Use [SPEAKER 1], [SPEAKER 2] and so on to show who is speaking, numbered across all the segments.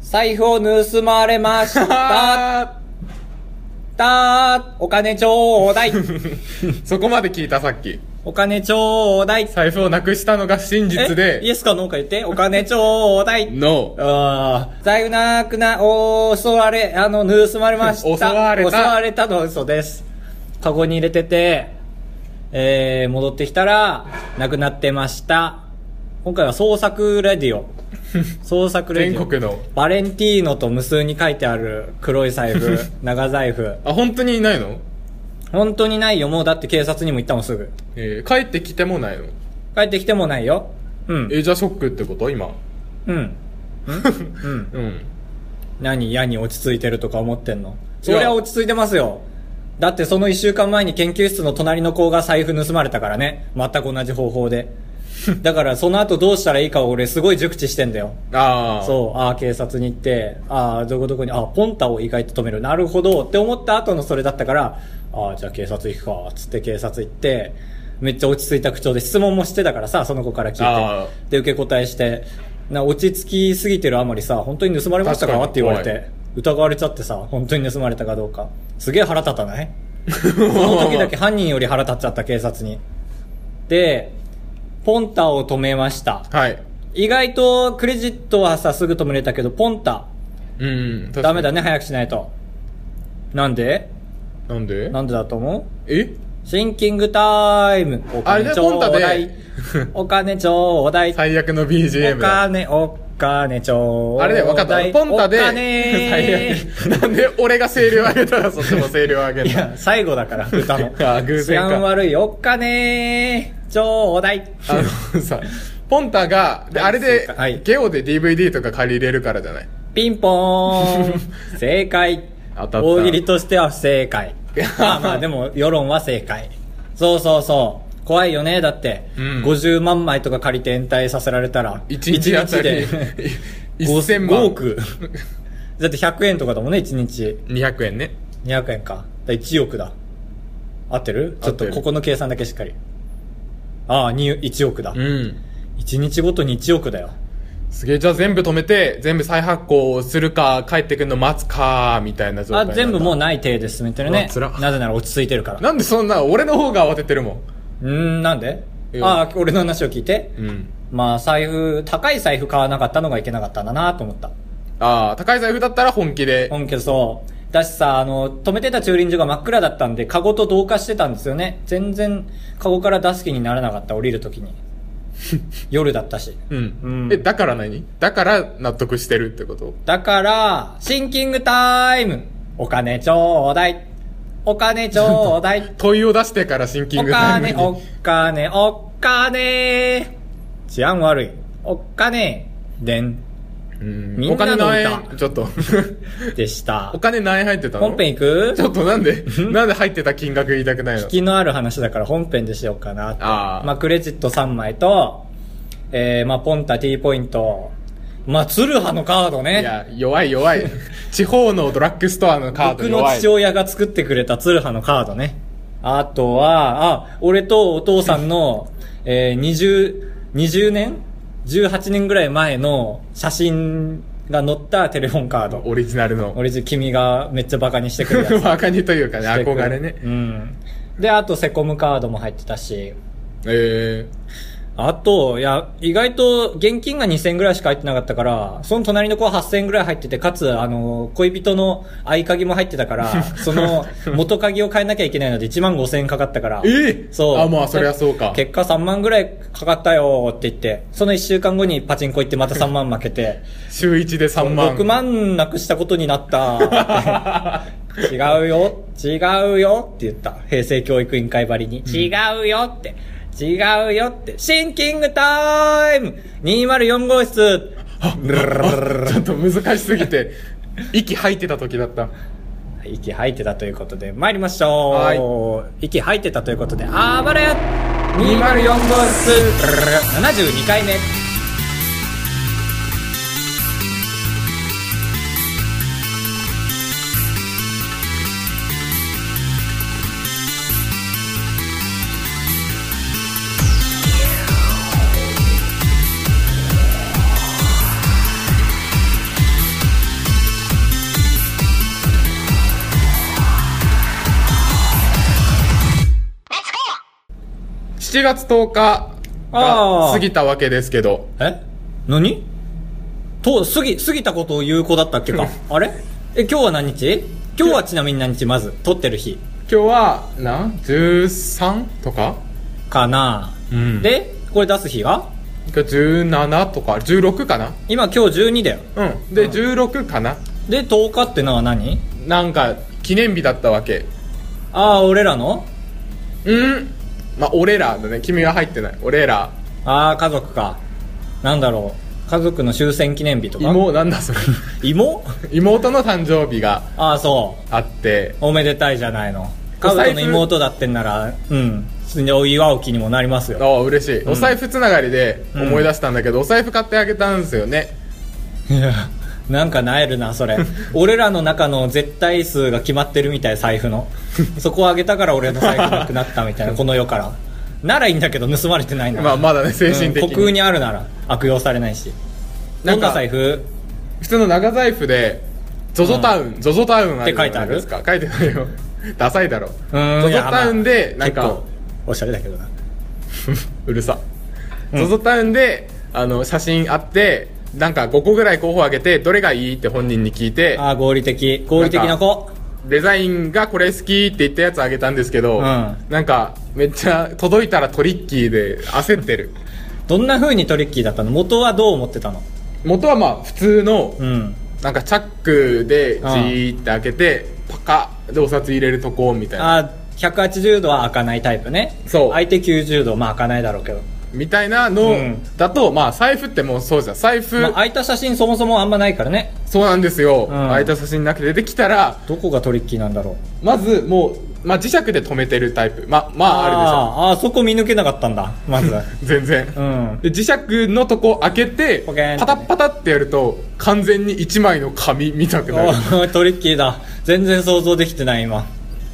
[SPEAKER 1] 財布を盗まれましたたお金ちょうだ い
[SPEAKER 2] そこまで聞いたさっき
[SPEAKER 1] お金ちょうだい
[SPEAKER 2] 財布をなくしたのが真実
[SPEAKER 1] えイ
[SPEAKER 2] で
[SPEAKER 1] エスかノーか言ってお金ちょうだい
[SPEAKER 2] NO
[SPEAKER 1] ああ財布なくな襲われあの盗まれました
[SPEAKER 2] 襲われた
[SPEAKER 1] 襲われたのは嘘ですカゴに入れててえー、戻ってきたらなくなってました今回は創作レディ オ創作レディオ
[SPEAKER 2] 全国の
[SPEAKER 1] バレンティーノと無数に書いてある黒い財 布長財布
[SPEAKER 2] あ本当にいないの、
[SPEAKER 1] 本当にないよもうだって警察にも行ったもんすぐ
[SPEAKER 2] えー帰ってきてもないの
[SPEAKER 1] 帰ってきてもないようん
[SPEAKER 2] えーじゃあショックってこと今
[SPEAKER 1] うんん うん
[SPEAKER 2] うん
[SPEAKER 1] 何やに落ち着いてるとか思ってんの
[SPEAKER 2] い
[SPEAKER 1] そ
[SPEAKER 2] や
[SPEAKER 1] りゃ落ち着いてますよだってその1週間前に研究室の隣の子が財布盗まれたからね全く同じ方法 でだからその後どうしたらいいかを俺すごい熟知してんだよ
[SPEAKER 2] ああ
[SPEAKER 1] そうああ警察に行ってああどこどこにあポンタを意外と止めるなるほどって思った後のそれだったからああじゃあ警察行くかっつって警察行ってめっちゃ落ち着いた口調で質問もしてたからさその子から聞
[SPEAKER 2] あ
[SPEAKER 1] いてで受け答えしてな落ち着きすぎてるあまりさ本当に盗まれましたか
[SPEAKER 2] 確かに
[SPEAKER 1] って言われ
[SPEAKER 2] は
[SPEAKER 1] て
[SPEAKER 2] い
[SPEAKER 1] 疑われちゃってさ本当に盗まれたかどうかすげえ腹立たない その時だけ犯人より腹立っちゃった警察にでポンタを止めました
[SPEAKER 2] はい
[SPEAKER 1] 意外とクレジットはさすぐ止めれたけどポンタ
[SPEAKER 2] うん確かに
[SPEAKER 1] ダメだね早くしないとなんで
[SPEAKER 2] なんで
[SPEAKER 1] なんでだと思
[SPEAKER 2] え
[SPEAKER 1] うシンキングタイムお
[SPEAKER 2] あれ
[SPEAKER 1] 金
[SPEAKER 2] ね
[SPEAKER 1] ちょ
[SPEAKER 2] ポ
[SPEAKER 1] う
[SPEAKER 2] ンタ
[SPEAKER 1] だ
[SPEAKER 2] で
[SPEAKER 1] い お金ちょうだい
[SPEAKER 2] 最悪の
[SPEAKER 1] お
[SPEAKER 2] BGM だ
[SPEAKER 1] 金お金ちょうだい
[SPEAKER 2] あれね分かったポンタで
[SPEAKER 1] お
[SPEAKER 2] 最
[SPEAKER 1] 金
[SPEAKER 2] 悪なんで俺が声量上げたらそっちも声量上げ
[SPEAKER 1] い
[SPEAKER 2] るの
[SPEAKER 1] や最後だから歌の
[SPEAKER 2] あ偶然か
[SPEAKER 1] 治安悪いお金ちょうだい
[SPEAKER 2] あのさポンタがであれで、
[SPEAKER 1] はい
[SPEAKER 2] ゲオで DVD とか借りれるからじゃない
[SPEAKER 1] ピンポ ーン正解
[SPEAKER 2] 当たった
[SPEAKER 1] 大喜利としては不正 解まあまあでも世論は正解そうそうそう怖いよねだって、
[SPEAKER 2] うん
[SPEAKER 1] 50万枚とか借りて延滞させられたら
[SPEAKER 2] 1日あた り
[SPEAKER 1] 一日で
[SPEAKER 2] 1000
[SPEAKER 1] 5000
[SPEAKER 2] 万
[SPEAKER 1] 5億だって100円とかだもんね1日
[SPEAKER 2] 200円ね
[SPEAKER 1] 200円かだから1億だ合ってるちょっ
[SPEAKER 2] 合って
[SPEAKER 1] と
[SPEAKER 2] る
[SPEAKER 1] ここの計算だけしっかりああに1億だ、
[SPEAKER 2] うん
[SPEAKER 1] 1日ごとに1億だよ
[SPEAKER 2] すげえじゃあ全部止めて全部再発行するか帰ってくるの待つかみたいな状態
[SPEAKER 1] あ
[SPEAKER 2] なんだ
[SPEAKER 1] 全部もうない体で進めてるね
[SPEAKER 2] うわ辛っ
[SPEAKER 1] なぜなら落ち着いてるから
[SPEAKER 2] なんでそんな俺の方が慌ててるもん
[SPEAKER 1] うーんなんで
[SPEAKER 2] いや
[SPEAKER 1] ああ俺の話を聞いて、
[SPEAKER 2] うん
[SPEAKER 1] まあ財布高い財布買わなかったのがいけなかったんだなと思った
[SPEAKER 2] ああ高い財布だったら本気で
[SPEAKER 1] 本家そうだしさあの止めてた駐輪場が真っ暗だったんでカゴと同化してたんですよね全然カゴから出す気にならなかった降りるときに 夜だったし
[SPEAKER 2] うん、
[SPEAKER 1] うん
[SPEAKER 2] えだから何だから納得してるってこと
[SPEAKER 1] だからシンキングタイムお金ちょうだいお金ちょうだ い
[SPEAKER 2] 問いを出してからシンキ
[SPEAKER 1] お
[SPEAKER 2] ングタイ
[SPEAKER 1] 金、
[SPEAKER 2] ムに
[SPEAKER 1] お金、お金。治安悪い。お金、でん、
[SPEAKER 2] うん
[SPEAKER 1] みん
[SPEAKER 2] お
[SPEAKER 1] な
[SPEAKER 2] 金
[SPEAKER 1] の
[SPEAKER 2] 何
[SPEAKER 1] 歌
[SPEAKER 2] 円ち ょっと
[SPEAKER 1] でした
[SPEAKER 2] お。金何円入ってたの
[SPEAKER 1] 本編行く
[SPEAKER 2] ちょっとな んでなんで入ってた金額言いたくないの
[SPEAKER 1] 引きのある話だから本編でしようかなって。
[SPEAKER 2] あー
[SPEAKER 1] まあ、クレジット3枚と、えー、まあ、ポンタ T ポイント、まあ、ツルハのカード
[SPEAKER 2] い
[SPEAKER 1] ね。
[SPEAKER 2] や弱い弱 い地方のドラッグストアのカード
[SPEAKER 1] 僕の
[SPEAKER 2] 弱い
[SPEAKER 1] 父親が作ってくれたツルハのカードね。あとは、あ、俺とお父さんの、えー、20、20年 ?18 年ぐらい前の写真が載ったテレフォンカード。
[SPEAKER 2] オリジナルの
[SPEAKER 1] 俺じ君がめっちゃバカにしてくるやつ
[SPEAKER 2] 若にというかね憧れね
[SPEAKER 1] うんであとセコムカードも入ってたし
[SPEAKER 2] え
[SPEAKER 1] あといや意外と現金が2000円ぐらいしか入ってなかったからその隣の子は8000円ぐらい入っててかつあの恋人の合鍵も入ってたから その元鍵を変えなきゃいけないので1万5000円かかったから
[SPEAKER 2] ええ
[SPEAKER 1] そう
[SPEAKER 2] あまあそりゃそうか
[SPEAKER 1] 結果3万ぐらいかかったよって言ってその1週間後にパチンコ行ってまた3万負けて
[SPEAKER 2] 週1で3万
[SPEAKER 1] 6万なくしたことになった。 違うよ、違うよって言った。平成教育委員会ばりに。違うよって、違うよって。シンキングタイム !204 号室
[SPEAKER 2] ちょっと難しすぎて息吐いてた時だった
[SPEAKER 1] 息吐いてたということで、参りましょう。息吐いてたということで、あばれや !204 号室 !72 回目。
[SPEAKER 2] 「 7月10日
[SPEAKER 1] あ
[SPEAKER 2] が
[SPEAKER 1] ー
[SPEAKER 2] 過ぎたわけですけど、
[SPEAKER 1] え何と、過ぎ、過ぎたことを言う子だったっけか。あれえ、今日は何日今日はちなみに何日まず、撮ってる日。
[SPEAKER 2] 今日は、な、13とか
[SPEAKER 1] かな、
[SPEAKER 2] うん
[SPEAKER 1] で、これ出す日が
[SPEAKER 2] 今日17とか、16かな
[SPEAKER 1] 今今日12だよ。
[SPEAKER 2] うん。で、16かな
[SPEAKER 1] で、10日ってのは何
[SPEAKER 2] なんか、記念日だったわけ。
[SPEAKER 1] ああ、俺らの
[SPEAKER 2] うんまあ、俺らだね。君は入ってない。俺ら。
[SPEAKER 1] ああ、家族か。なんだろう。家族の終戦記念日とか。
[SPEAKER 2] 妹、なん だそれ。
[SPEAKER 1] 芋
[SPEAKER 2] 妹の誕生日が
[SPEAKER 1] ああ、そう。
[SPEAKER 2] あって、
[SPEAKER 1] おめでたいじゃないの
[SPEAKER 2] お
[SPEAKER 1] 家
[SPEAKER 2] 財布
[SPEAKER 1] 族の妹だってんならうんお祝う気にもなります
[SPEAKER 2] あ
[SPEAKER 1] よ
[SPEAKER 2] あ、嬉しい。お財布つながりで
[SPEAKER 1] うん
[SPEAKER 2] 思い出したんだけど、お財布買ってあげたんですよね。
[SPEAKER 1] いや なんかなえるなそ れ俺らの中の絶対数が決まってるみたい財布 のそこを上げたから俺の財布なくなったみたいなこの世からならいいんだけど盗まれてないな
[SPEAKER 2] まあ、まだね、精神的
[SPEAKER 1] うん虚空
[SPEAKER 2] に。
[SPEAKER 1] にあるなら悪用されないし
[SPEAKER 2] な
[SPEAKER 1] どん
[SPEAKER 2] んか
[SPEAKER 1] な財布
[SPEAKER 2] 普通の長財布で、ゾゾタウン、ゾゾタウンあるじゃないですか。書いてないよ。 ダサいだろ。ゾゾタウンで、なん
[SPEAKER 1] 結
[SPEAKER 2] か
[SPEAKER 1] 構、おしゃれだけどな
[SPEAKER 2] うる
[SPEAKER 1] う
[SPEAKER 2] さ、
[SPEAKER 1] ん
[SPEAKER 2] ZOZO タウンであの写真あってなんか5個ぐらい候補あげてどれがいいって本人に聞いて
[SPEAKER 1] ああ合理的合理的な子
[SPEAKER 2] デザインがこれ好きって言ったやつあげたんですけど、
[SPEAKER 1] うん
[SPEAKER 2] なんかめっちゃ届いたらトリッキーで焦ってる
[SPEAKER 1] どんな風にトリッキーだったの元はどう思ってたの
[SPEAKER 2] 元はまあ普通の
[SPEAKER 1] うん
[SPEAKER 2] なんかチャックでじーって開けてパカでお札入れるとこみたいな
[SPEAKER 1] あ180度は開かないタイプね
[SPEAKER 2] そう
[SPEAKER 1] 相手90度まあ開かないだろうけど、
[SPEAKER 2] みたいな
[SPEAKER 1] う
[SPEAKER 2] の
[SPEAKER 1] ん
[SPEAKER 2] だと、まあ財布ってもうそうじゃん財布、
[SPEAKER 1] まあ、開いた写真そもそもあんまないからね
[SPEAKER 2] そうなんですよ、
[SPEAKER 1] うん
[SPEAKER 2] 開いた写真なくて出てきたら
[SPEAKER 1] どこがトリッキーなんだろう
[SPEAKER 2] まずもう、まあ、磁石で止めてるタイプままああ
[SPEAKER 1] あーあーそこ見抜けなかったんだまず
[SPEAKER 2] るでしょ全然
[SPEAKER 1] うん
[SPEAKER 2] で磁石のとこ開けて
[SPEAKER 1] ポケーンって
[SPEAKER 2] パタッパタってやると完全に1枚の紙見たくなる
[SPEAKER 1] おトリッキーだ全然想像できてない今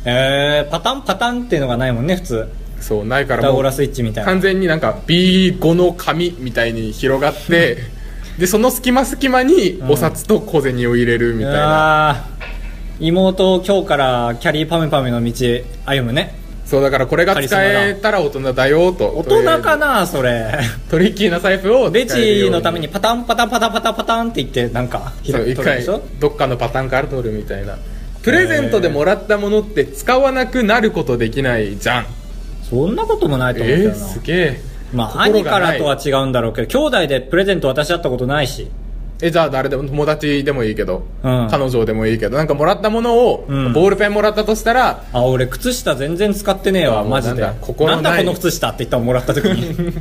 [SPEAKER 1] えー、パタンパタンっていうのがないもんね普通
[SPEAKER 2] そうないか
[SPEAKER 1] ピタ
[SPEAKER 2] らも
[SPEAKER 1] ゴ
[SPEAKER 2] う
[SPEAKER 1] ラスイッチみたいな
[SPEAKER 2] 完全になんか B5 の紙みたいに広がってでその隙間隙間にお札と小銭を入れるみたいな、
[SPEAKER 1] あー妹を今日からキャリーパメパメの道歩むね
[SPEAKER 2] そうだからこれが使えたら大人だよと
[SPEAKER 1] 大人かなそれ
[SPEAKER 2] トリッキーな財布を使え
[SPEAKER 1] レ
[SPEAKER 2] るよう
[SPEAKER 1] ジのためにパタンパタンパタンパタンパタンって言ってなんか
[SPEAKER 2] そう
[SPEAKER 1] 取
[SPEAKER 2] 一
[SPEAKER 1] る
[SPEAKER 2] 回
[SPEAKER 1] でしょ
[SPEAKER 2] どっかのパターンから取るみたいなプレゼントでもらったものって使わなくなることできないじゃん
[SPEAKER 1] そんなこともないと思うけ
[SPEAKER 2] え
[SPEAKER 1] ど
[SPEAKER 2] ー、
[SPEAKER 1] な、
[SPEAKER 2] すげえ
[SPEAKER 1] まあ
[SPEAKER 2] 心
[SPEAKER 1] 兄
[SPEAKER 2] が
[SPEAKER 1] か
[SPEAKER 2] な
[SPEAKER 1] ら
[SPEAKER 2] い
[SPEAKER 1] とは違うんだろうけど兄弟でプレゼント渡し合ったことないし
[SPEAKER 2] えじゃあ誰でも友達でもいいけど、
[SPEAKER 1] うん
[SPEAKER 2] 彼女でもいいけどなんかもらったものを、
[SPEAKER 1] うん
[SPEAKER 2] ボールペンもらったとしたら
[SPEAKER 1] あ俺靴下全然使ってねえ
[SPEAKER 2] あ
[SPEAKER 1] わ
[SPEAKER 2] もう
[SPEAKER 1] マジで
[SPEAKER 2] な
[SPEAKER 1] なんん
[SPEAKER 2] だ心ない
[SPEAKER 1] だこの靴下って言ったのもらった時 に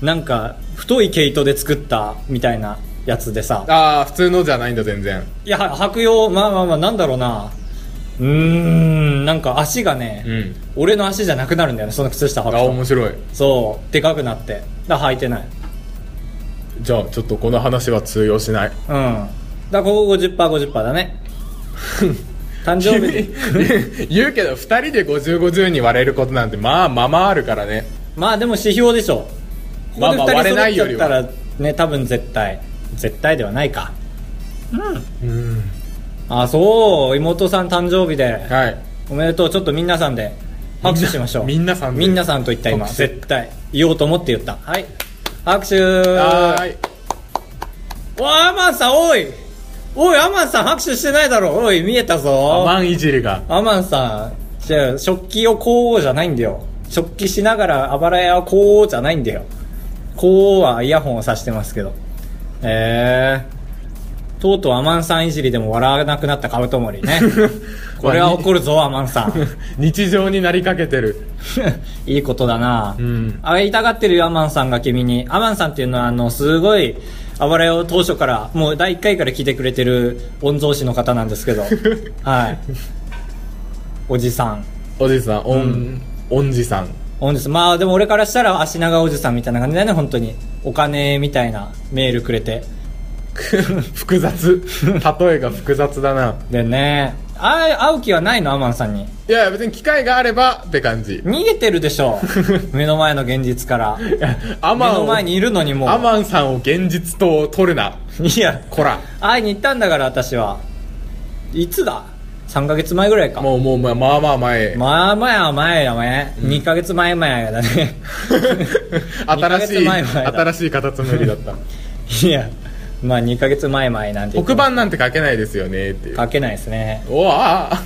[SPEAKER 1] なんか太い毛糸で作ったみたいなやつでさ
[SPEAKER 2] ああ普通のじゃないんだ全然
[SPEAKER 1] いやは履く用まあまあまあなんだろうなうーんなんか足がね、
[SPEAKER 2] うん
[SPEAKER 1] 俺の足じゃなくなるんだよねその靴下履く
[SPEAKER 2] あ
[SPEAKER 1] と
[SPEAKER 2] 面白い
[SPEAKER 1] そうでかくなってだから履いてない
[SPEAKER 2] じゃあちょっとこの話は通用しない
[SPEAKER 1] うんだからここ 50%50% だ ね誕生日
[SPEAKER 2] 君 言うけど2人で5050に割れることなんてまあまあまああるからね
[SPEAKER 1] まあでも指標でしょこ
[SPEAKER 2] ま
[SPEAKER 1] こ
[SPEAKER 2] あ
[SPEAKER 1] で
[SPEAKER 2] ま
[SPEAKER 1] 2人
[SPEAKER 2] あ割れな
[SPEAKER 1] 揃っ
[SPEAKER 2] い
[SPEAKER 1] ち
[SPEAKER 2] よ
[SPEAKER 1] ゃ
[SPEAKER 2] り
[SPEAKER 1] っ
[SPEAKER 2] は
[SPEAKER 1] たらね多分絶対絶対ではないか
[SPEAKER 2] うん
[SPEAKER 1] あそう妹さん誕生日で
[SPEAKER 2] はい
[SPEAKER 1] おめでとうちょっとみんなさんで拍手しましょう
[SPEAKER 2] みんなさんで
[SPEAKER 1] みんなさんと言った今
[SPEAKER 2] 拍手
[SPEAKER 1] 絶対言おうと思って言ったはい拍手
[SPEAKER 2] はーい
[SPEAKER 1] おいアマンさんおいおいアマンさん拍手してないだろおい見えたぞ
[SPEAKER 2] マンいじり が
[SPEAKER 1] アマンさん、じゃあ、食器をこうじゃないんだよ。食器しながら、あばら屋をこうじゃないんだよ。こうはイヤホンをさしてますけど。えー。とうとうアマンさんいじりでも笑わなくなったカブトモリ ね。これは怒るぞ、アマンさん。
[SPEAKER 2] 日常になりかけてる
[SPEAKER 1] いいことだな、
[SPEAKER 2] うん
[SPEAKER 1] 会いたがってるよアマンさんが君にアマンさんっていうのはあのすごい暴れを当初からもう第1回から聞いてくれてる御曹司の方なんですけど はいおじさん
[SPEAKER 2] おじさんおん、おんじさん
[SPEAKER 1] 本日まあでも俺からしたら足長おじさんみたいな感じだよね本当にお金みたいなメールくれて
[SPEAKER 2] 複雑例えが複雑だな
[SPEAKER 1] でねあ会う気はないのアマンさんに
[SPEAKER 2] いやいや別に機会があればって感じ
[SPEAKER 1] 逃げてるでし ょ目の前の現実から
[SPEAKER 2] ア
[SPEAKER 1] 目
[SPEAKER 2] マン
[SPEAKER 1] の
[SPEAKER 2] を
[SPEAKER 1] 前にいるのにも
[SPEAKER 2] ア
[SPEAKER 1] う
[SPEAKER 2] マンさんを現実と取るない
[SPEAKER 1] や
[SPEAKER 2] こら
[SPEAKER 1] 会いに行ったんだから私はいつだ3ヶ月前ぐらいか
[SPEAKER 2] もうもうまあまあまあ前、
[SPEAKER 1] まあまあ前だね、2ヶ月前前だ ね
[SPEAKER 2] 新し
[SPEAKER 1] 二ヶ月
[SPEAKER 2] い
[SPEAKER 1] 前々だ
[SPEAKER 2] 新しいカタツムリだった
[SPEAKER 1] いやまあ2ヶ月前前なんて
[SPEAKER 2] 黒板なんて書けないですよねっていう
[SPEAKER 1] 書けないですね
[SPEAKER 2] おわ あ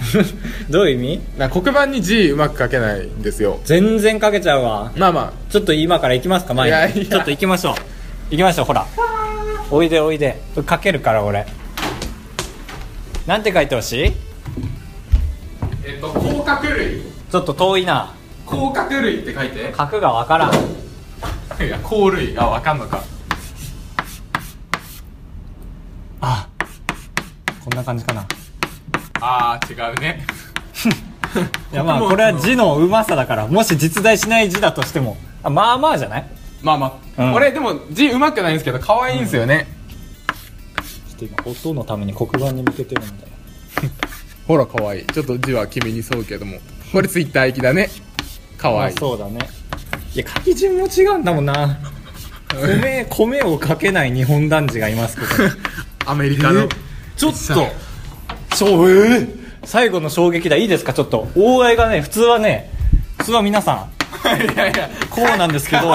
[SPEAKER 1] どういう意味
[SPEAKER 2] な黒板に字うまく書けないんですよ
[SPEAKER 1] 全然書けちゃうわ
[SPEAKER 2] まあま
[SPEAKER 1] ちょっと今から行きますか前に
[SPEAKER 2] いやいや
[SPEAKER 1] ちょっと行きましょう行きましょうほらおいでおいで書けるから俺なんて書いてほしい
[SPEAKER 2] あえっと甲殻類
[SPEAKER 1] ちょっと遠いな
[SPEAKER 2] 甲殻類って書いて
[SPEAKER 1] 角がわからん
[SPEAKER 2] いや甲類あわかんのか
[SPEAKER 1] あこんな感じかな
[SPEAKER 2] ああ違うね
[SPEAKER 1] いやまあこれは 字のうまさだからもし実在しない字だとしてもあまあまあじゃない
[SPEAKER 2] まあまあ、
[SPEAKER 1] うん
[SPEAKER 2] 俺でも字うまくないんですけど可愛いんですよね、
[SPEAKER 1] ちょっと今音のために黒板に向けてるんだよ
[SPEAKER 2] ほら可愛いちょっと字は君に沿うけどもこれツイッター行きだね可
[SPEAKER 1] まあ
[SPEAKER 2] 愛い、
[SPEAKER 1] そうだねいや書き順も違うんだもんな米米を書けない日本男児がいますけど
[SPEAKER 2] アメリカの、
[SPEAKER 1] えちょっとそうえー最後の衝撃だいいですかちょっと大合いがね普通はね普通は皆さん
[SPEAKER 2] いやいや
[SPEAKER 1] こうなんですけ ど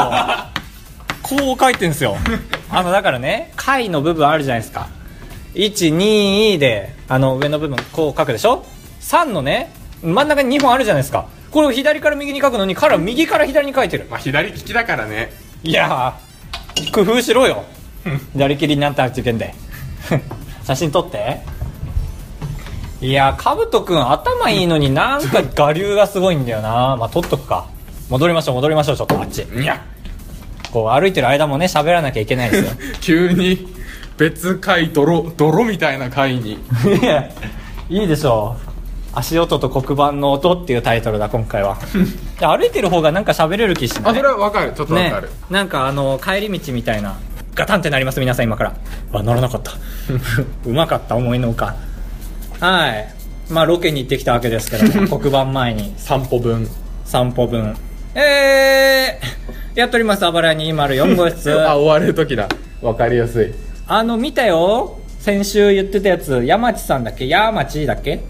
[SPEAKER 1] こう書いてんすよあのだからね解の部分あるじゃないですか122であの上の部分こう書くでしょ3のね真ん中に2本あるじゃないですかこれを左から右に書くのに彼は右から左に書いてる
[SPEAKER 2] まあ左利きだからね
[SPEAKER 1] いやー工夫しろよ左切りになった受験で 写真撮っていやーかぶとくん頭いいのになんか我流がすごいんだよなまあ撮っとくか戻りましょう戻りましょうちょっとあっち
[SPEAKER 2] いや
[SPEAKER 1] こう歩いてる間もね喋らなきゃいけないですよ
[SPEAKER 2] 急に別回泥泥みたいな回に
[SPEAKER 1] いやいいでしょう足音と黒板の音っていうタイトルだ今回は で歩いてる方がなんか喋れる気しな
[SPEAKER 2] あ
[SPEAKER 1] い
[SPEAKER 2] それはわかるちょっとわかる、
[SPEAKER 1] ね、なんかあの帰り道みたいなガタンってなります皆さん今からあならなかった うまかった思いのほかはいまあロケに行ってきたわけですけど も黒板前に
[SPEAKER 2] 散歩分
[SPEAKER 1] 散歩分えー、やっておりますあばらや204号室
[SPEAKER 2] あ終わる時だわかりやすい
[SPEAKER 1] あの見たよ先週言ってたやつ山地さんだっけ山地だっけ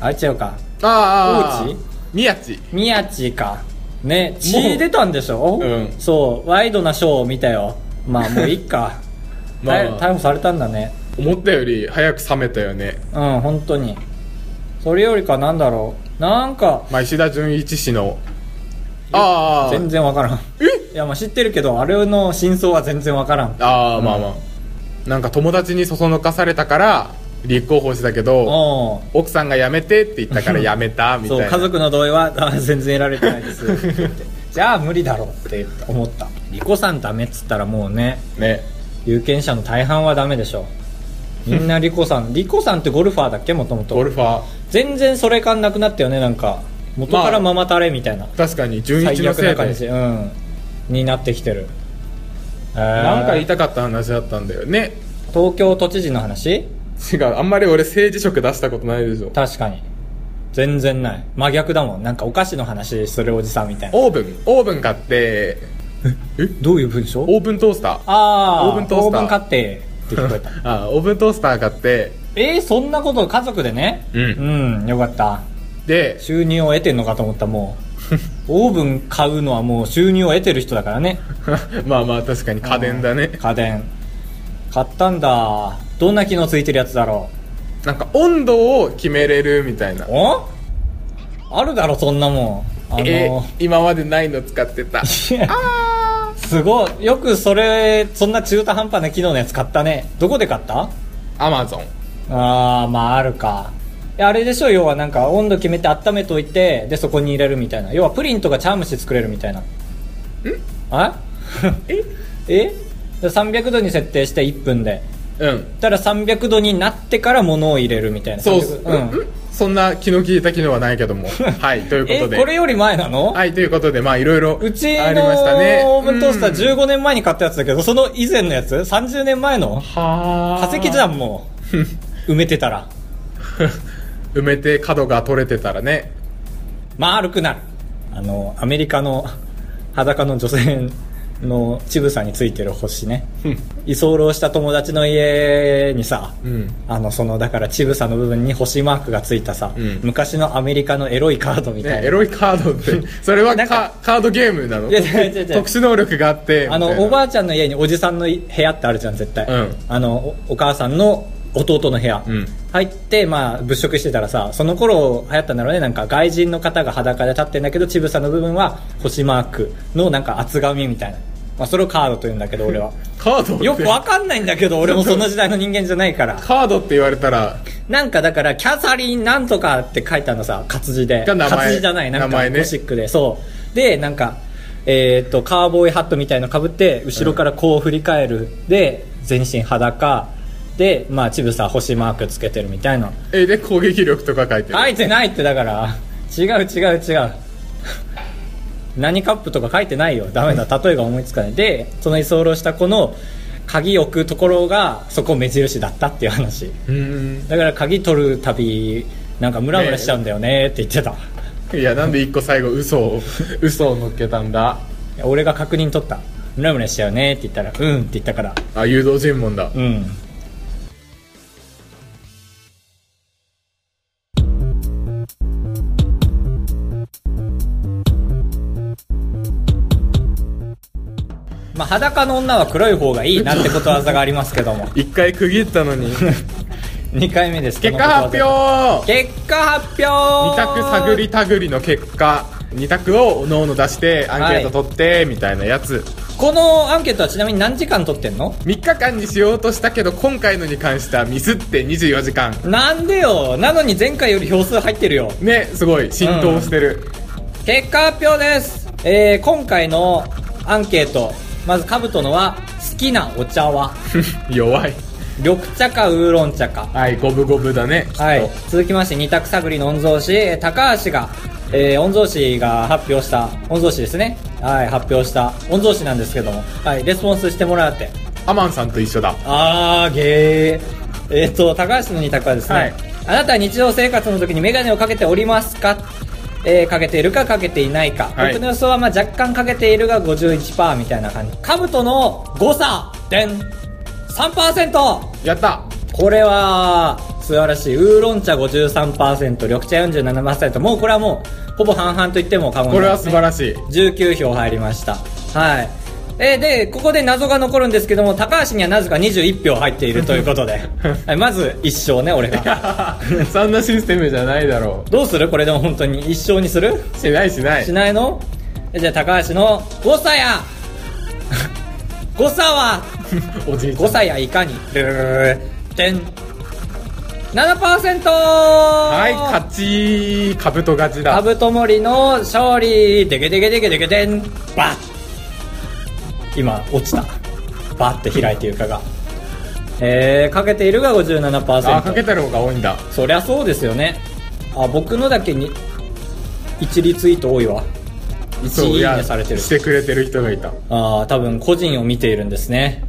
[SPEAKER 1] あれ違うか
[SPEAKER 2] あ
[SPEAKER 1] 高知
[SPEAKER 2] 宮地
[SPEAKER 1] 宮地かね血出たんでしょ、
[SPEAKER 2] うん
[SPEAKER 1] そうワイドなショーを見たよまあもういい か
[SPEAKER 2] まあ
[SPEAKER 1] 逮逮捕されたんだね
[SPEAKER 2] 思ったより早く冷めたよね
[SPEAKER 1] うん本当にそれよりかなんだろうなんか
[SPEAKER 2] まあ石田純一氏のあ
[SPEAKER 1] 全然わからんいやまあ知ってるけどあれの真相は全然わからん
[SPEAKER 2] あああ、まあまあなんか友達にそそのかされたから立候補してたけど
[SPEAKER 1] お
[SPEAKER 2] 奥さんが辞めてって言ったから辞めたみた
[SPEAKER 1] そ
[SPEAKER 2] いうな
[SPEAKER 1] 家族の同意は あ全然得られてないですって言ってじゃあ無理だろうって思ったリコさんダメっつったらもうね
[SPEAKER 2] ね
[SPEAKER 1] 有権者の大半はダメでしょみんなリコさんリコさんってゴルファーだっけもともと
[SPEAKER 2] ゴルファー
[SPEAKER 1] 全然それ感なくなったよねなんか元からママタレみたいな、
[SPEAKER 2] 確かに純一
[SPEAKER 1] 最
[SPEAKER 2] の
[SPEAKER 1] 悪
[SPEAKER 2] せい
[SPEAKER 1] な感じ
[SPEAKER 2] で
[SPEAKER 1] うんになってきてるな
[SPEAKER 2] なんか言いたかった話だったんだよね
[SPEAKER 1] 東京都知事の話
[SPEAKER 2] 違うあんまり俺政治色出したことないでしょ
[SPEAKER 1] 確かに全然ない真逆だもんなんかお菓子の話するおじさんみたいな
[SPEAKER 2] オーブンオーブン買って
[SPEAKER 1] どういう文章
[SPEAKER 2] オーブントースター
[SPEAKER 1] ああ
[SPEAKER 2] オーブントースター
[SPEAKER 1] オーブン買ってって聞こえた
[SPEAKER 2] あオーブントースター買って
[SPEAKER 1] えー、そんなこと家族でね、
[SPEAKER 2] うん
[SPEAKER 1] よかった
[SPEAKER 2] で
[SPEAKER 1] 収入を得てんのかと思ったもうオーブン買うのはもう収入を得てる人だからね
[SPEAKER 2] まあまあ確かに家電だね
[SPEAKER 1] 家電買ったんだどんな機能ついてるやつだろ
[SPEAKER 2] なんか温度を決めれるみたいな
[SPEAKER 1] うおあるだろそんなもんあの
[SPEAKER 2] え今までないの使って た
[SPEAKER 1] いやすごいよくそれそんな中途半端な機能のやつ買ったねどこで買った
[SPEAKER 2] アマゾン
[SPEAKER 1] ああまああるかいやあれでしょ要はなんか温度決めて温めといてでそこに入れるみたいな要はプリンとか茶蒸し作れるみたいなんあ
[SPEAKER 2] え
[SPEAKER 1] えで300度に設定して1分で
[SPEAKER 2] うん
[SPEAKER 1] たら300度になってから物を入れるみたいな
[SPEAKER 2] そう
[SPEAKER 1] 300うん
[SPEAKER 2] うんそんな気の利いた機能はないけ どもはいというこ
[SPEAKER 1] え
[SPEAKER 2] とで
[SPEAKER 1] これより前なの、
[SPEAKER 2] はいということでまあいろいろあり
[SPEAKER 1] う
[SPEAKER 2] ま
[SPEAKER 1] ち
[SPEAKER 2] したね
[SPEAKER 1] のオーブントースター
[SPEAKER 2] うん
[SPEAKER 1] 15年前に買ったやつだけど、その以前のやつ ?30 年前の
[SPEAKER 2] は
[SPEAKER 1] 化
[SPEAKER 2] あ
[SPEAKER 1] 石じゃん、もう。埋めてたら。
[SPEAKER 2] 埋めて角が取れてたらね
[SPEAKER 1] 丸くなる。あの、アメリカの裸の女性のちぶさについてる星ね居候した友達の家にさ、
[SPEAKER 2] うん
[SPEAKER 1] あのそのだからちぶさの部分に星マークがついたさ、
[SPEAKER 2] うん
[SPEAKER 1] 昔のアメリカのエロいカードみたいな、
[SPEAKER 2] ね、エロいカードって それは
[SPEAKER 1] なんか
[SPEAKER 2] カカードゲームなの
[SPEAKER 1] いや違う違う違う
[SPEAKER 2] 特殊能力があって
[SPEAKER 1] あ
[SPEAKER 2] みたい
[SPEAKER 1] の
[SPEAKER 2] な
[SPEAKER 1] おばあちゃんの家におじさんの部屋ってあるじゃん絶対、
[SPEAKER 2] うん
[SPEAKER 1] あのおお母さんの弟の部屋、
[SPEAKER 2] うん
[SPEAKER 1] 入って、まあ、物色してたらさその頃流行ったんだろうねなんか外人の方が裸で立ってんだけどちぶさの部分は星マークのなんか厚紙みたいな、まあ、それをカードと言うんだけど俺 は
[SPEAKER 2] カードって
[SPEAKER 1] よくわかんないんだけど俺もその時代の人間じゃないから
[SPEAKER 2] カードって言われたら
[SPEAKER 1] なんかだから、キャサリンなんとかって書いたのさ、活字で。
[SPEAKER 2] が名前
[SPEAKER 1] 活字じゃない、なん
[SPEAKER 2] 名前
[SPEAKER 1] か
[SPEAKER 2] ね
[SPEAKER 1] ゴシックで、そう。で、なんか、えーっと、カーボーイハットみたいの被って、後ろからこう振り返る。で、全身裸。で、まあ、ちぶさ、星マークつけてるみたいな。
[SPEAKER 2] えで攻撃力とか書いてる
[SPEAKER 1] 書いてないってだから、違う違う違う。何カップとか書いてないよ。ダメだ。例えが思いつかない。で、その居候した子の鍵置くところが、そこ目印だったっていう話。
[SPEAKER 2] うーん
[SPEAKER 1] だから鍵取るたびなんかムラムラしちゃうんだよねって言ってた、
[SPEAKER 2] いやなんで一個最後嘘を嘘を乗っけたんだ
[SPEAKER 1] いや俺が確認取ったムラムラしちゃうねって言ったらうんって言ったから
[SPEAKER 2] あ誘導尋問だ
[SPEAKER 1] うんまあ裸の女は黒い方がいいなってことわざがありますけど も
[SPEAKER 2] 一回区切ったのに
[SPEAKER 1] 2回目です
[SPEAKER 2] 結果発
[SPEAKER 1] このことわ
[SPEAKER 2] 表
[SPEAKER 1] ざ結果発表
[SPEAKER 2] 二択探り探りの結果二択をおのおの出してアンケート取ってみたいなやつ、
[SPEAKER 1] このアンケートはちなみに何時間取ってんの
[SPEAKER 2] 3日間にしようとしたけど今回のに関してはミスって24時間
[SPEAKER 1] なんでよなのに前回より票数入ってるよ
[SPEAKER 2] ねすごい浸透してる、
[SPEAKER 1] 結果発表です、えー、今回のアンケートまずカブトのは好きなお茶は
[SPEAKER 2] 弱い
[SPEAKER 1] 緑茶かウーロン茶か
[SPEAKER 2] はい五分五分だねきっと
[SPEAKER 1] はい続きまして二択探りの御曹司えー高橋が、えー、御曹司が発表した御曹司ですねはい発表した御曹司なんですけどもはいレスポンスしてもらって
[SPEAKER 2] アマンさんと一緒だ
[SPEAKER 1] あーゲーえっ、と高橋の二択はですね、
[SPEAKER 2] はい
[SPEAKER 1] あなたは日常生活の時に眼鏡をかけておりますかえーかけているかかけていないか、
[SPEAKER 2] はい
[SPEAKER 1] 僕の予想はまあ若干かけているが51%みたいな感じ兜の誤差でん 3%!
[SPEAKER 2] やった
[SPEAKER 1] これは素晴らしいウーロン茶53%緑茶47%もうこれはもうほぼ半々と言っても過言
[SPEAKER 2] これ
[SPEAKER 1] で
[SPEAKER 2] は
[SPEAKER 1] す
[SPEAKER 2] 素晴らしい
[SPEAKER 1] 19票入りましたはいえーでここで謎が残るんですけども高橋にはなぜか21票入っているということで、 はい、まず1勝ね俺が
[SPEAKER 2] そんなシステムじゃないだろ
[SPEAKER 1] どうするこれでも本当に1勝にする
[SPEAKER 2] うしないしない
[SPEAKER 1] しないのえじゃあ高橋の誤差や 誤差は
[SPEAKER 2] おじいちゃん
[SPEAKER 1] 誤差やいかにルルルルてん7%は
[SPEAKER 2] はい勝ちカブト勝ち
[SPEAKER 1] カ
[SPEAKER 2] だ
[SPEAKER 1] ブトモリの勝利でけでけでけでけでんバッ今落ちたバッて開いて床がえー、かけているが57%
[SPEAKER 2] あかけてる方が多いんだ
[SPEAKER 1] そりゃそうですよねあ僕のだけに1リツイート多いわ1
[SPEAKER 2] そう
[SPEAKER 1] いい
[SPEAKER 2] いや
[SPEAKER 1] ねされてる
[SPEAKER 2] してくれてる人がいた
[SPEAKER 1] ああ多分個人を見ているんです ね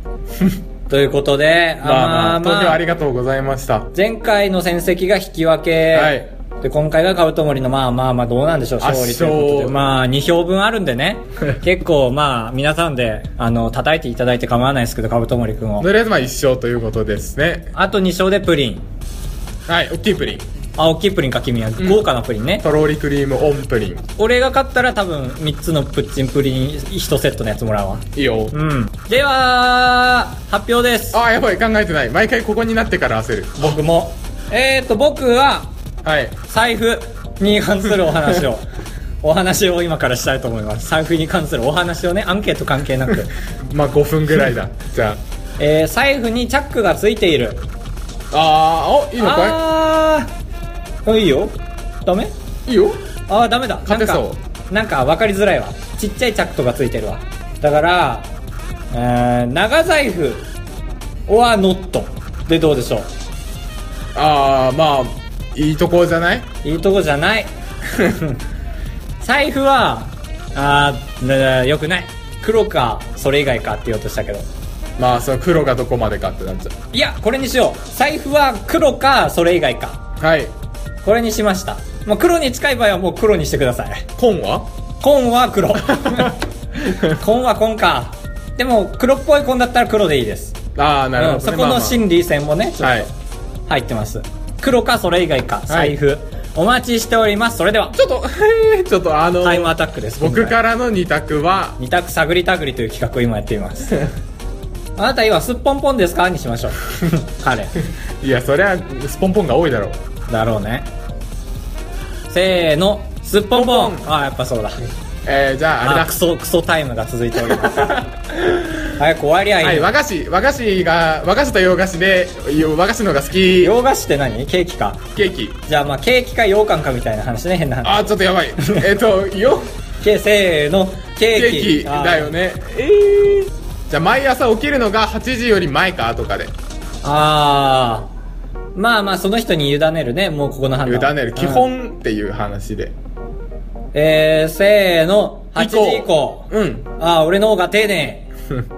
[SPEAKER 1] ということで
[SPEAKER 2] まあまあ
[SPEAKER 1] ー
[SPEAKER 2] 投票ありがとうございました
[SPEAKER 1] 前回の戦績が引き分け、
[SPEAKER 2] はい
[SPEAKER 1] で今回がカブトモリのまあまあまあどうなんでしょう
[SPEAKER 2] 圧
[SPEAKER 1] 勝
[SPEAKER 2] 勝
[SPEAKER 1] 利ということでまあ2票分あるんで ね結構まあ皆さんであの叩いていただいて構わないですけどカブトモリ君を
[SPEAKER 2] とりあえずまあ一勝ということですね
[SPEAKER 1] あと2勝でプリン
[SPEAKER 2] はい大きいプリン
[SPEAKER 1] あ大きいプリンか君は豪華なプリンね、
[SPEAKER 2] とろりクリームオンプリン
[SPEAKER 1] 俺が勝ったら多分3つのプッチンプリン1セットのやつもらうわ
[SPEAKER 2] いいよ
[SPEAKER 1] うんでは発表です
[SPEAKER 2] あやばい考えてない毎回ここになってから焦る
[SPEAKER 1] 僕もえーと僕は
[SPEAKER 2] はい
[SPEAKER 1] 財布に関するお話を お話を今からしたいと思います財布に関するお話をねアンケート関係なく、
[SPEAKER 2] まあ5分ぐら いだじゃ
[SPEAKER 1] えー財布にチャックがついている
[SPEAKER 2] ああーおいいのか
[SPEAKER 1] あーあいいよダメ
[SPEAKER 2] いいいよ
[SPEAKER 1] ああダメだ
[SPEAKER 2] 勝てそ
[SPEAKER 1] なんかなんか分かりづらいわちっちゃいチャックとかついてるわだから、えー長財布 or not でどうでしょ
[SPEAKER 2] ああまあいいとこじゃないう
[SPEAKER 1] いいとこじゃない 財布はああよくない黒かそれ以外かって言おうとしたけど
[SPEAKER 2] まあその黒がどこまでかってなっちゃ
[SPEAKER 1] いやこれにしよう財布は黒かそれ以外か
[SPEAKER 2] うはい
[SPEAKER 1] これにしましたもう黒に近い場合は もう黒にしてください
[SPEAKER 2] 紺は
[SPEAKER 1] 紺は黒紺は紺かでも黒っぽい紺だったら黒でいいです、
[SPEAKER 2] ああなる
[SPEAKER 1] う
[SPEAKER 2] ほど、
[SPEAKER 1] ん
[SPEAKER 2] ね
[SPEAKER 1] そこの心理戦もねちょ
[SPEAKER 2] まあまあ
[SPEAKER 1] っ
[SPEAKER 2] はい
[SPEAKER 1] と入ってます、黒かそれ以外か財布、お待ちしておりますそれでは
[SPEAKER 2] ちょっと ちょっとあの
[SPEAKER 1] タイムアタックです
[SPEAKER 2] 僕かららの二択は
[SPEAKER 1] 二択探り探りという企画を今やっています あなた今すっぽんぽんですかにしましょう彼
[SPEAKER 2] いやそりゃスポンポンが多いだろう
[SPEAKER 1] だろうねせーのすっぽんぽん
[SPEAKER 2] すっぽん
[SPEAKER 1] ああやっぱそうだ
[SPEAKER 2] えー、じゃああれ
[SPEAKER 1] あ
[SPEAKER 2] だ
[SPEAKER 1] クソクソタイムが続いており ます早く終わりゃいい、
[SPEAKER 2] はい、和菓子、和菓子が、和菓子と洋菓子で、和菓子の方が好き、ケ
[SPEAKER 1] 洋菓子って何ケーキか
[SPEAKER 2] ーキ。
[SPEAKER 1] じゃあまあケーキか羊羹かみたいな話ね変な話
[SPEAKER 2] あー、ちょっとや ばい。えっと、よ、
[SPEAKER 1] けせーのケ
[SPEAKER 2] ケ
[SPEAKER 1] ー
[SPEAKER 2] ー
[SPEAKER 1] キ
[SPEAKER 2] キ
[SPEAKER 1] あー
[SPEAKER 2] だよね。えー。じゃあ、毎朝起きるのが8時より前か、とかで。
[SPEAKER 1] ああまあまあその人に委ねるねもうここの判
[SPEAKER 2] 委
[SPEAKER 1] 断
[SPEAKER 2] ねる。基
[SPEAKER 1] うん
[SPEAKER 2] 本っていう話で。
[SPEAKER 1] えー、せーの8時以降
[SPEAKER 2] うん。
[SPEAKER 1] ああ俺の方が丁 寧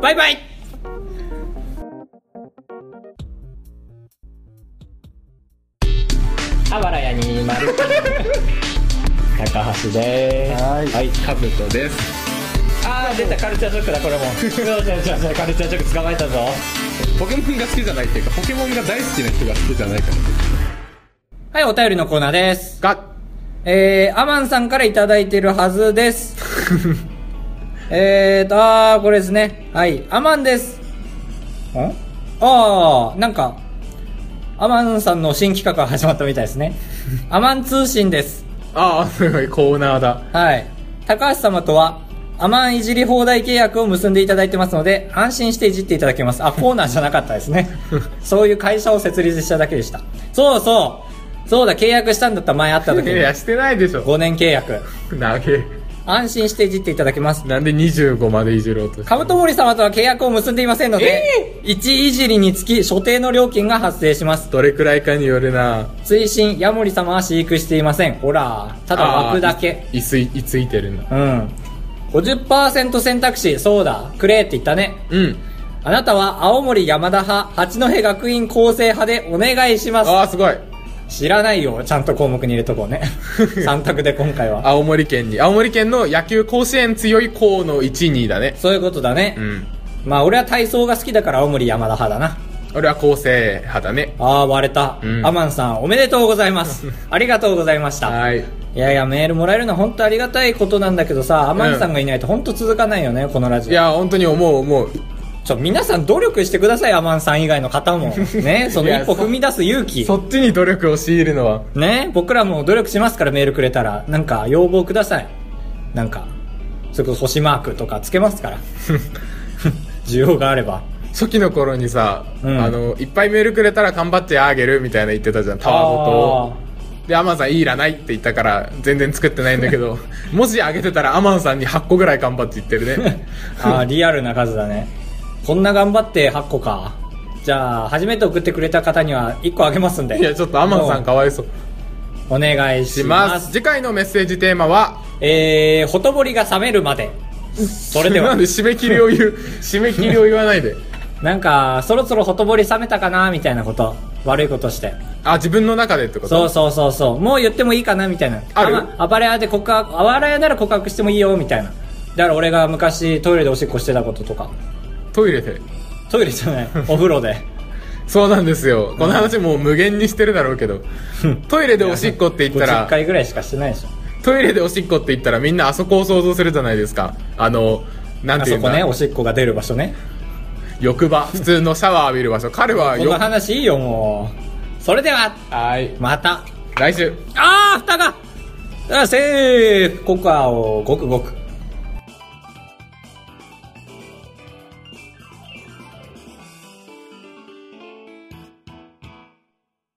[SPEAKER 1] バイバイあばらやにまる高橋でーす
[SPEAKER 2] はい、カブトです。
[SPEAKER 1] ああ出たカルチャーショックだこ れもそうそうそうそうカルチャーショック捕まえたぞ
[SPEAKER 2] ポケモンが好きじゃないっていうか、ポケモンが大好きな人が好きじゃないから。
[SPEAKER 1] はいお便りのコーナーです
[SPEAKER 2] が、
[SPEAKER 1] えー、アマンさんからいただいてるはず です。えーと、あー、これですね。はい、アマンです。んあー、なんか、アマンさんの新企画が始まったみたいです ね。アマン通信です。
[SPEAKER 2] あー、すごい、コーナーだ。
[SPEAKER 1] はい。高橋様とは、アマンいじり放題契約を結んでいただいてますので、安心していじっていただけ ます。あ、コーナーじゃなかったですね。そういう会社を設立しただけでした。そうそう。そうだ、契約したんだった前会った時
[SPEAKER 2] い
[SPEAKER 1] に。
[SPEAKER 2] や、してないでしょ。
[SPEAKER 1] 5年契約。
[SPEAKER 2] なげ。
[SPEAKER 1] 安心していじっていただけます。
[SPEAKER 2] なんで25までいじろうとして
[SPEAKER 1] カブトモリ様とは契約を結んでいませんので、1いじりにつき所定の料金が発生します。
[SPEAKER 2] どれくらいかによるな
[SPEAKER 1] 追伸、ヤモリ様は飼育していません。ほら、ただ
[SPEAKER 2] あー
[SPEAKER 1] 枠だけ。
[SPEAKER 2] いついいついてるな
[SPEAKER 1] うん。50%選択肢、そうだ、くれって言ったね。
[SPEAKER 2] うん
[SPEAKER 1] あなたは青森山田派、八戸学院構成派でお願いします。
[SPEAKER 2] ああすごい
[SPEAKER 1] 知らないよ、ちゃんと項目に入れとこう ね。3択で今回は。
[SPEAKER 2] 青森県に青森県の野球甲子園強い校の1 2だね
[SPEAKER 1] そういうことだね。
[SPEAKER 2] うん
[SPEAKER 1] まあ俺は体操が好きだから青森山田派だな。
[SPEAKER 2] 俺は構成派だね
[SPEAKER 1] ああ、割れた、
[SPEAKER 2] うん
[SPEAKER 1] アマンさん、おめでとうござい ます。ありがとうございました。
[SPEAKER 2] はい
[SPEAKER 1] いやいや、メールもらえるのは本当ありがたいことなんだけどさ、アマンさんがいないと本当続かないよね、このラジ
[SPEAKER 2] い
[SPEAKER 1] オ。
[SPEAKER 2] や本当に思う思う
[SPEAKER 1] ちょ、皆さん努力してください、アマンさん以外の方 も。ね、その
[SPEAKER 2] いや
[SPEAKER 1] 一歩踏み出す勇気。
[SPEAKER 2] そっちに努力を強いるのは
[SPEAKER 1] ね、僕らも努力しますからメールくれたら、なんか要望ください。なんか、それこそ星マークとかつけます から。 需要があれば。
[SPEAKER 2] 初期の頃にさ、
[SPEAKER 1] うん
[SPEAKER 2] あのいっぱいメールくれたら頑張ってあげるみたいな言ってたじゃんタワごとでアマンさんいいらないって言ったから全然作ってないんだ けどもしあげてたらアマンさんに8個ぐらい頑張って言ってるね
[SPEAKER 1] あ ーリアルな数だねこんな頑張って8個かじゃあ初めて送ってくれた方には1個あげますんで
[SPEAKER 2] いやちょっとアマンさんかわいそう
[SPEAKER 1] お願いし
[SPEAKER 2] し
[SPEAKER 1] ま
[SPEAKER 2] ますす次回のメッセージテーマは
[SPEAKER 1] えー、ほとぼりが冷めるまでそれで
[SPEAKER 2] な
[SPEAKER 1] は
[SPEAKER 2] んで締め切りを言う締め切りを言わない で
[SPEAKER 1] なんかそろそろほとぼり冷めたかなみたいなこと悪いことして
[SPEAKER 2] あ自分の中でってこと
[SPEAKER 1] そうそうそうそうもう言ってもいいかなみたいな
[SPEAKER 2] ある
[SPEAKER 1] まあばれ屋で告白あばれ屋なら告白してもいいよみたいなだから俺が昔トイレでおしっこしてたこととか
[SPEAKER 2] トイレで
[SPEAKER 1] トイレじ ゃないお風呂で
[SPEAKER 2] そうなんですよこの話もう無限にしてるだろうけどトイレでおしっこって言った
[SPEAKER 1] 50
[SPEAKER 2] ら
[SPEAKER 1] 回ぐらいしかしてないでしょ
[SPEAKER 2] トイレでおしっこって言ったらみんなあそこを想像するじゃないですかあのなん
[SPEAKER 1] あ
[SPEAKER 2] てい
[SPEAKER 1] そうこ
[SPEAKER 2] か、
[SPEAKER 1] ねおしっこが出る場所ね
[SPEAKER 2] 浴場普通のシャワー浴びる場所彼は
[SPEAKER 1] この
[SPEAKER 2] よ
[SPEAKER 1] 話いいよもうそれでは
[SPEAKER 2] はい
[SPEAKER 1] また
[SPEAKER 2] 来週
[SPEAKER 1] ああ蓋があセーフコカをごくごく